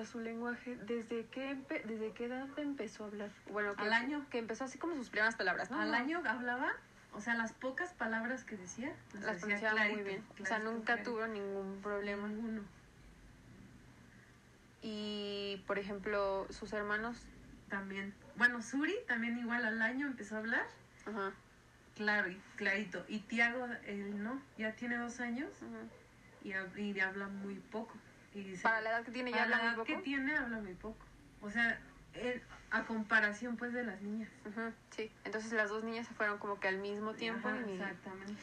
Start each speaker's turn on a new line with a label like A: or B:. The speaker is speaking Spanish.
A: a su lenguaje, ¿desde qué, empe- desde qué edad empezó a hablar? Bueno, que,
B: Al año.
A: que empezó así como sus primeras palabras, ¿no?
B: Al año hablaba, o sea, las pocas palabras que decía, las,
A: Las
B: decía
A: pronunciaba muy
B: clarito,
A: bien. O sea,
B: clarito,
A: nunca
B: clarito.
A: tuvo ningún
B: problema
A: problema.
B: alguno.
A: Y, por ejemplo, sus hermanos.
B: También. Bueno, Suri también igual al año empezó a hablar.
A: Ajá.
B: Claro, y clarito. Y Tiago, él no, ya tiene dos años
A: ajá.
B: y, hab- y habla muy poco. Y dice,
A: Para la edad que tiene ya
B: para la
A: habla
B: edad
A: muy
B: que
A: poco.
B: tiene habla muy poco. O sea, él- a comparación pues de las niñas.
A: Ujú, Sí, entonces las dos niñas se fueron como que al mismo tiempo
B: Ajá,
A: y,
B: Exactamente.